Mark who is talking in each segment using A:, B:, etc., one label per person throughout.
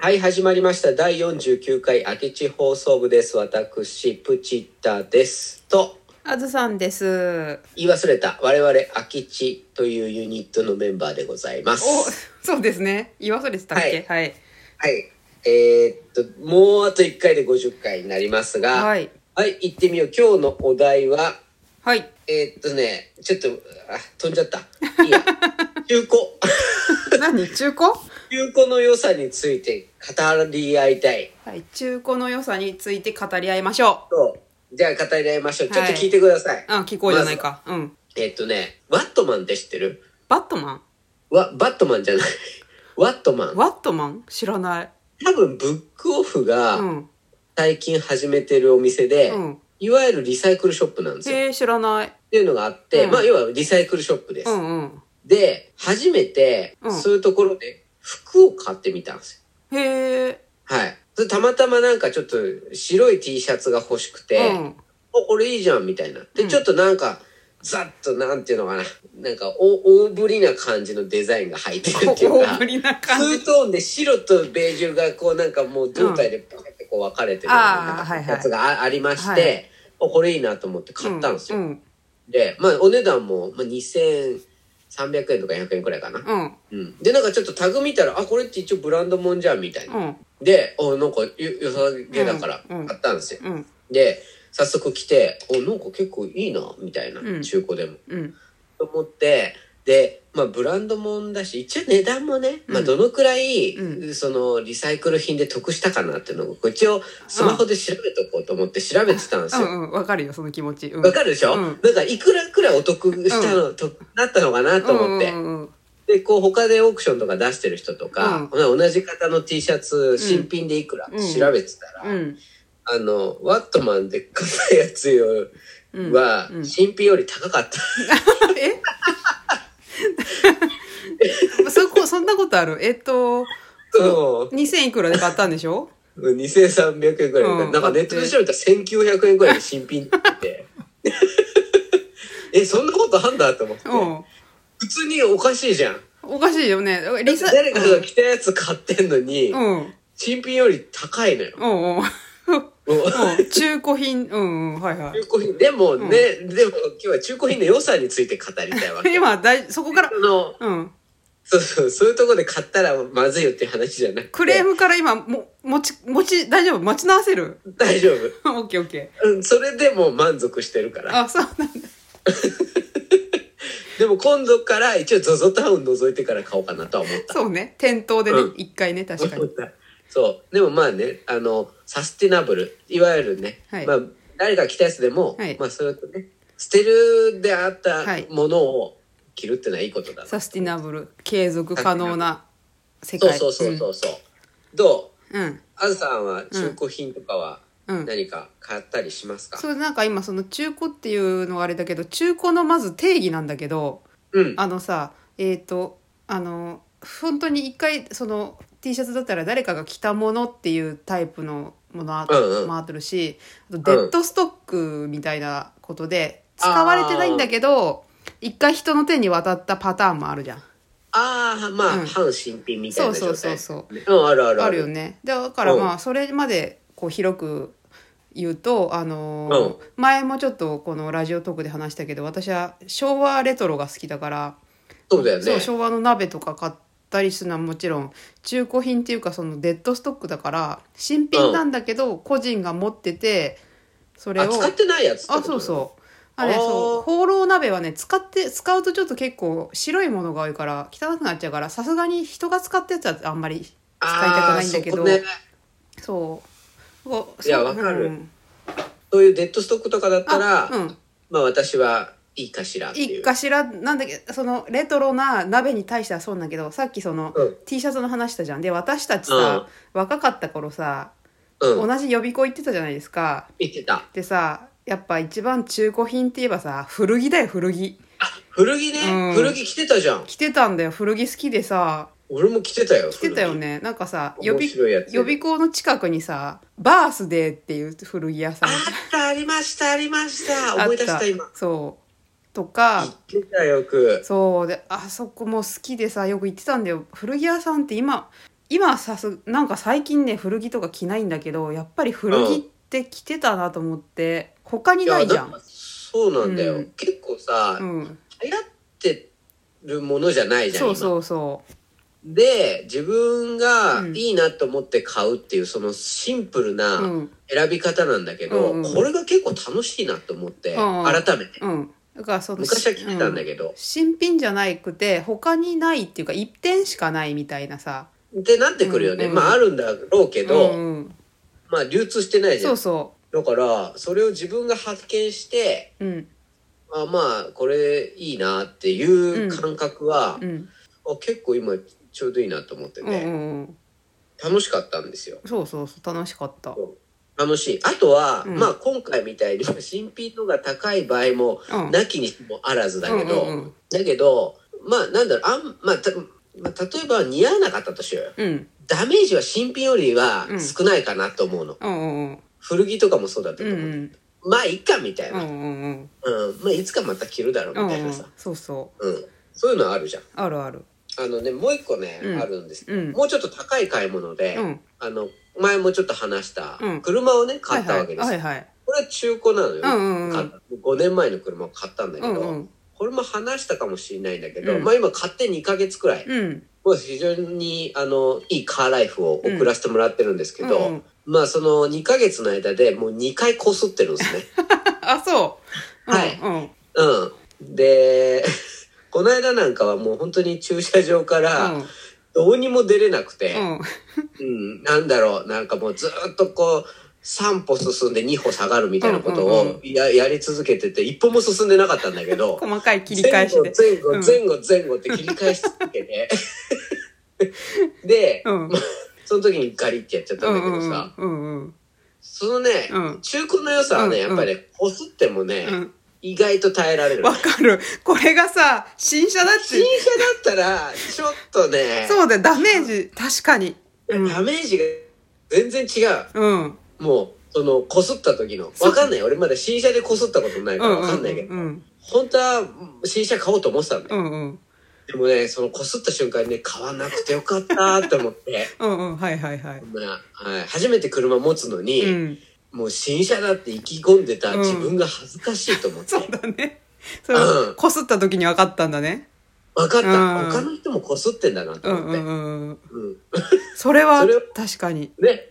A: はい、始まりました。第49回空き地放送部です。私、プチッタです。と、
B: あずさんです。
A: 言い忘れた。我々、空き地というユニットのメンバーでございま
B: お
A: す。、
B: そうですね。言い忘れてたっけ、はい、
A: はい。えーっと、もうあと1回で50回になりますが、
B: は
A: はい、
B: い、
A: 行ってみよう。今日のお題は、
B: はい、
A: えーっとね、ちょっと、あ、飛んじゃった。いい や。中古。
B: 何、 中古。
A: 中古の良さについて語り合いたい。
B: はい、中古の良さについて語り合いましょ
A: そう。じゃあ語り合いましょう。ちょっと
B: はい
A: 聞いてください。
B: う。うん、聞こうじゃないか。うん、
A: えっとね、ワットマンって知ってる
B: バットマン。
A: わ、バットマンじゃ ない。ワットマン。
B: ワットマン、知らない。
A: 多分ブックオフ
B: う
A: が
B: ん、
A: 最近始めてるお店で、
B: うん、
A: いわゆるリサイクルショップなんですよ。っ
B: へえ、知らない。
A: ていうのがあって、
B: うん
A: まあ要はリサイクルショップです。
B: うん、うん。
A: で、初めて
B: うん
A: そういうところで服を買ってみたんです
B: へえ、
A: よ。はい。それたまたまなんかちょっと白い T シャツが欲しくて、
B: うん、
A: お、これいいじゃんみたいな。で、
B: うん
A: ちょっとなんか、ざっとなんていうのかな。なんかお、大ぶりな感じのデザインが入ってるっていうか
B: 大。ぶりな
A: ツ
B: 感じ
A: ー。トーンで白とベージュがこうなんかもう胴体でパカってこう分かれてるよう
B: あー
A: な
B: はいはい
A: やつがあありまして、
B: はい
A: おこれいいなと思って買ったんですよ。
B: うん、
A: で、まあお値段もまあ2300円とか100円くらいかな。
B: うん、
A: うん。で、なんかちょっとタグ見たら、あ、これって一応ブランドもんじゃんみたいな。
B: うん、
A: で、お、なんかよ良さげだから
B: うんうん
A: 買ったんですよ。
B: うん、
A: で、早速来て、お、なんか結構いいな、みたいな、
B: うん
A: 中古でも。
B: うん、
A: と思ってで、まあ、ブランドもんだし一応値段もね、まあ、どのくらい、
B: う
A: そのリサイクル品で得したかなっていうのを一応スマホで調べとこうと思って調べてたんです
B: う
A: よ。
B: ん、うん、わかるよ、その気持ち。
A: わかるでしょ、
B: うん
A: なんかいくらくらいお得したの、となったのかな
B: る
A: と思って、
B: うん、うん、うん
A: でこう他でオークションとか出してる人とか、同じ型の T シャツ新品でいくらって調べてたら、
B: うん、
A: あのワットマンで買ったやつよ
B: うん
A: は
B: うん
A: 新品より高かった
B: え そこそんなことあるえっと
A: そう
B: 2000いくらで買ったんでしょ
A: 2300円ぐらい、
B: うん
A: なんかネットで調べたら1900円ぐらいで新品って言って。 え、そんなことあんだと思って。
B: うん
A: 普通におかしいじゃん。
B: おかしいよねリサ
A: 誰かが着たやつ買ってんのに、
B: うんうん
A: 新品より高いのよ。
B: うんうん
A: もう
B: うん中古品うんうんはいは
A: 中古品。でもね、でも今日は中古品の良さについて語りたいわ
B: い
A: け。
B: 今だいそこから
A: あの、
B: うん
A: そうそう、そういうとこで買ったらまずいよっていう話じゃなくて。
B: クレームから今も持ち持ち大丈夫待ち直せる
A: 大丈
B: オッケーオッケ
A: 夫。うん、それでも満足してるか
B: ー
A: ら。
B: あそうなんだ
A: でも今度から一応 ZOZO タウン覗いてから買おうかなとは思った。
B: そうね店頭でね
A: うん
B: 一回ね確か
A: 思っ
B: に
A: たそうでもまあねあのサスティナブルいわゆるね、
B: はい
A: まあ、誰か着たやつでも、
B: はい
A: まあそれとね捨てるであった
B: はい
A: ものを着るってのはいいことだな、
B: サスティナブル継続可能な世
A: そう
B: 界
A: そうそうそうそうどう
B: うんうん
A: あずさんは中古品とかは
B: うん
A: 何か買ったりしますか
B: そうなんか今その中古っていうのがあれだけど中古のまず定義なんだけど
A: うん
B: あのさえっ、とあの本当に一回その T シャツだったら誰かが着たものっていうタイプのもの
A: うんうん
B: もあってるし、あとデッドストックみたいなことで使われてないんだけど一回人の手に渡ったパターンもあるじゃん。
A: ああまあ、
B: うん
A: 半新品みたいな
B: そ
A: 状
B: うそう
A: 態
B: そう
A: うそう、ん、あるある
B: あ
A: あ
B: る
A: る
B: よねだから
A: うん
B: まあそれまでこう広く言うと、あのー
A: うん
B: 前もちょっとこのラジオトークで話したけど私は昭和レトロが好きだから
A: そうだよね
B: そう昭和の鍋とか買ったりするのはもちろん中古品っていうかそのデッドストックだから新品なんだけど個人が持っててそれを
A: あ使ってないやつってこと
B: あそうそう
A: あー
B: あれそうホーロー鍋はね使って使うとちょっと結構白いものが多いから汚くなっちゃうからさすがに人が使ったやつはあんまり使いたくないんだけ
A: あ
B: ど
A: ーそこね
B: そうこう
A: いや
B: そう
A: わかる
B: うん
A: そういうデッドストックとかだったら、
B: あうん
A: まあ私はいいかしらって
B: い
A: い。
B: いうかしらなんだっけそのレトロな鍋に対してはそうなんだけどさっきその、
A: うん
B: T シャツの話したじゃんで私たちさ、若かった頃さ、
A: うん。
B: 同じ予備校行ってたじゃないですか
A: 言ってた。
B: でさやっぱ一番中古品って言えばさ古着だよ古着
A: 古着ね、
B: うん
A: 古着着てたじゃん。
B: 着てたんだよ古着好きでさ
A: 俺も着てたよ。
B: 着てたよねなんかさ予
A: 面
B: 備
A: 白いやつ
B: 予備校の近くにさバースデーっていう古着屋さん
A: 古着。あった、ありました、ありました。思い出した、今。
B: そうとか
A: 着てたよ、よく。
B: そうであそこも好きでさよく行ってたんだよ古着屋さんって今今はさすなんか最近ね古着とか着ないんだけどやっぱり古着って着てたなと思って他にないじゃ
A: いや
B: ん
A: だそうなんだよ。
B: うん
A: 結構さ、
B: うん
A: 流行ってるものじゃないじゃん。
B: そう
A: 今
B: そうそう
A: で、自分が
B: うん
A: いいなと思って買うっていう、そのシンプル
B: う
A: なん選び方なんだけど、
B: うんうん
A: これが結構楽しいなと思って、
B: うんうん
A: 改めて。
B: うんだからその
A: 昔は着てたんだけど
B: うん、新品じゃなくて他にないっていうか一点しかないみたいなさ
A: ってなってくるよね。
B: うんうん
A: まああるんだろうけど、
B: うんうん
A: まあ流通してないじゃ
B: そ
A: ん
B: う。そ
A: だから、それを自分が発見して、
B: ううん
A: あまあ、これいいなっていう感覚は
B: う、ん
A: あ結構今ちょうどいいなと思って
B: うんう
A: て、
B: んうん
A: 楽しかったんですよ。
B: そうそうそう楽しかった
A: 楽しい。あとは、
B: うん
A: まあ今回みたいに新品のが高い場合も、
B: うん
A: なきにしもあらずだけど、
B: うんうんうん
A: だけど、まあなんだろう、あん、まあ、たまあ例えば似合わなかったとしようよ。
B: うん
A: ダメージは新品よりは
B: うん
A: 少ないかなと思うの。
B: うんうん
A: 古着とかもそうだった
B: う
A: と
B: んう
A: 思う。
B: ん
A: まあいっかみたい
B: うんう
A: な、
B: んうん
A: うん。まあいつかまた着るだろう
B: う
A: んみたいうなんさ。
B: そうそ
A: うん。そういうのあるじゃん。
B: うあるある
A: あのね、もう一個ね、
B: うん
A: あるんですけど、
B: うん
A: もうちょっと高い買い物で、
B: うん
A: あの、前もちょっと話した
B: うん、
A: 車をね、買ったわけですよ。
B: はいはい
A: これは中古なのよ、
B: はいはいうんうんう
A: 買っ
B: ん
A: た5年前の車を買ったんだけ
B: う
A: ど、
B: んうん
A: これも話したかもしれないんだけど、
B: うん
A: まあ今買って2ヶ月くらい、
B: うん
A: もう非常にあのいいカーライフを送らせてもらってるんですけど、
B: うんうん
A: まあその2ヶ月の間でもう2回こすってるんですね。
B: あそううん
A: はい
B: うん
A: うん、で この間なんかはもう本当に駐車場からどうにも出れなくて、
B: うんうん
A: うん、なんだろう、なんかもうずっとこう、3歩進んで2歩下がるみたいなこと
B: うんうん
A: をや,、やり続けてて、一歩も進んでなかったんだけど、
B: 細かい 切り返しで
A: 前後、
B: うん
A: 前後、前後、前後って切り返し続け て、で、
B: うん
A: その時にガリってやっちゃった
B: うん
A: だ
B: ん
A: けどさ、
B: うんうん
A: そのね、
B: うん
A: 中古の良さはね、
B: うん
A: やっぱりね、こすってもね、
B: うん
A: 意外と耐えられる。
B: わかるこれがさ新車だっ
A: 新
B: て
A: 車だったら、ちょっとね、
B: そうだよダメージ確かにうん
A: ダメージが全然違う。
B: うん
A: もう、その、こすった時の。
B: そう
A: わかんない。俺まだ新車でこすったことないからわかんないけど。
B: うん
A: 本当は、新車買おうと思ってたんだ
B: う
A: よ。
B: んうん
A: でもね、その、こすった瞬間にね、買わなくてよかったって思って。
B: うんうんはいはいはい
A: まあはい、初めて車持つのに、
B: うん
A: もう新車だって意気込んでた自分が恥ずかしいと思って。
B: そうだねそううこすった時に分かったんだね
A: 分かった、
B: うん
A: 他の人もこすってんだなと
B: う
A: 思
B: ん
A: っ
B: う
A: て。
B: んうんうん
A: うん
B: それは
A: それは
B: 確かに
A: ね。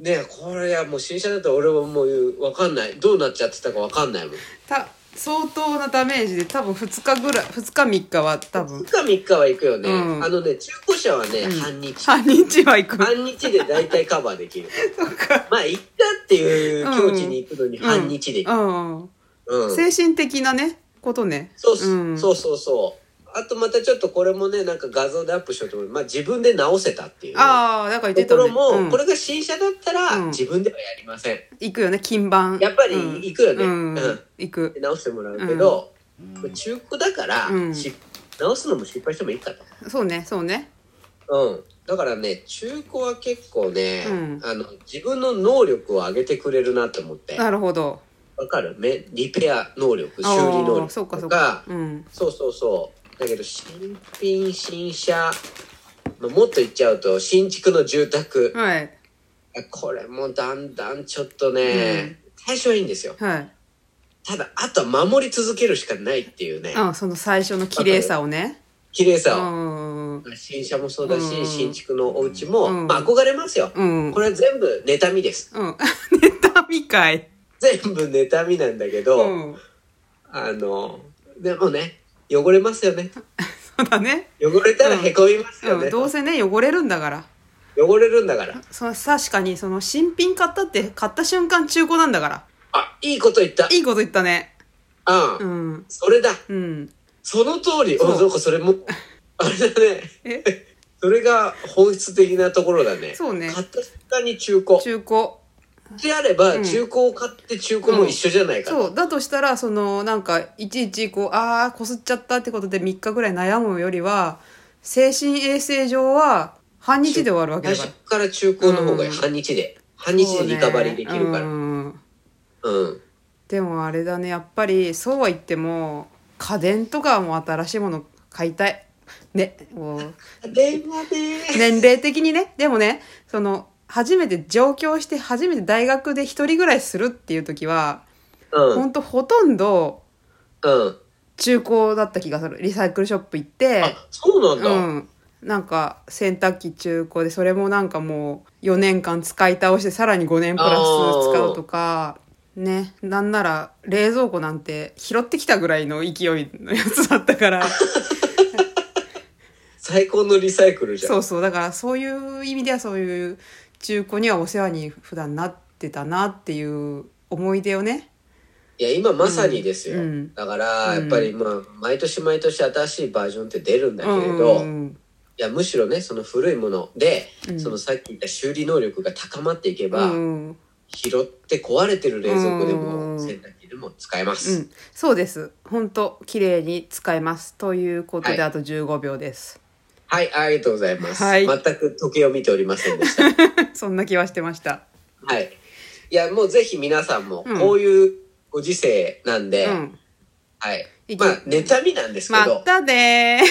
A: ねこれはもう新車だと俺はもう分かんない。どうなっちゃってたか分かんないもん。
B: た相当なダメージで多分2日ぐらい2日3日は多分
A: 2日3日は行くよね。
B: うん
A: あのね、中古車はね、
B: うん
A: 半日。
B: 半日は行く
A: 半日で大体カバーで きる。
B: とか
A: まあ、行ったっていう境地に行くのに半日で行く。
B: うんうん
A: うん。
B: 精神的なねことね
A: そうす
B: うん
A: そうそうそう。あとまたちょっとこれもね、なんか画像でアップしようと思う。まあ、自分で直せたっていう。
B: ああだから言って
A: と
B: た
A: こ
B: ね
A: ろも、
B: うん
A: これが新車だったら、
B: うん
A: 自分ではやりません。
B: 行くよね金版
A: やっぱり
B: うん
A: 行くよね
B: うん
A: うん
B: 行く
A: で直してもらうけど、これ中古だから、
B: うん
A: し直すのも失敗してもいいかと。
B: そうねそうね
A: うん、だからね中古は結構ね、
B: うん
A: あの自分の能力を上げてくれるなと思って
B: なるほど
A: わかるめリペア能力修
B: あー
A: 理能力
B: そ
A: と
B: う
A: かそう
B: かそ
A: う
B: かうん
A: そうそうだけど新品新車まあもっと言っちゃうと新築の住宅、
B: はい
A: これもだんだんちょっとね、最初はいいんですよ
B: はい
A: ただあとは守り続けるしかないっていうね
B: あその最初の綺麗さをね
A: 綺麗
B: う
A: さを、
B: んうん
A: 新車もそうだし、
B: うん
A: 新築のお家も、
B: うん
A: まあ憧れますよ、
B: うん
A: これは全部妬みです
B: うん 妬みかい
A: 全部妬みなんだけど、
B: うん
A: あのでもね汚れますよね
B: そうだね
A: 汚れたらへこみますよね、
B: うんどうせね汚れるんだから
A: 汚れるんだから
B: そ確かにその新品買ったって買った瞬間中古なんだから
A: あいいこと言った
B: いいこと言ったね
A: ああ、
B: うん
A: それだ
B: うん
A: その通り
B: そう
A: おなんかそれ もあれだね
B: え
A: それが本質的なところだね
B: そうね
A: 買った瞬間に中古
B: 中古
A: であれば、
B: うん
A: 中古を買って中古も一緒じゃないか、
B: そうだとしたらそのなんかいちいちこうああこすっちゃったってことで3日ぐらい悩むよりは精神衛生上は半日で終わるわけ
A: 最
B: だから
A: 初から中古の方が
B: うん
A: 半日で、半日でリカバリーできるから
B: そう
A: う,、
B: ねうん
A: ん
B: でもあれだねやっぱりそうは言っても家電とかはもう新しいもの買いたいね、もう、
A: 電話で
B: 年齢的にね。でもね、その、初めて上京して、初めて大学で一人暮らしするっていう時は、
A: う
B: ほ
A: ん。
B: んとほとんど
A: うん。
B: 中古だった気がする。リサイクルショップ行って、
A: あ、そうなんだ。
B: うん。なんか洗濯機中古でそれもなんかもう4年間使い倒してさらに5年プラス使うとかねなんなら冷蔵庫なんて拾ってきたぐらいの勢いのやつだったから
A: 最高のリサイクルじゃん。
B: そうそうだからそういう意味ではそういう中古にはお世話に普段なってたなっていう思い出をね
A: いや、今まさにですよ。
B: うんうん
A: だから、
B: う
A: や
B: ん
A: っぱり、まあ、毎年毎年新しいバージョンって出るんだけ
B: うん
A: れ
B: う
A: ど、い
B: ん
A: や、むしろね、その古いもので、
B: うん
A: そのさっき言った修理能力が高まっていけ
B: う
A: ば、
B: んうん
A: 拾って壊れてる冷蔵庫で
B: うん
A: も、洗濯機でも使えま
B: う
A: す。
B: んそうです本当綺麗に使えますということで、
A: はい
B: あと15秒です
A: はい、ありがとうございます。
B: はい
A: 全く時計を見ておりませんでした。
B: そんな気はしてました
A: はい。いや、もうぜひ皆さんも
B: うん、
A: こういうご時世なんで、
B: うん
A: はい。
B: いけ
A: まあ、妬みなんですけ
B: ま
A: ど、
B: ったねー。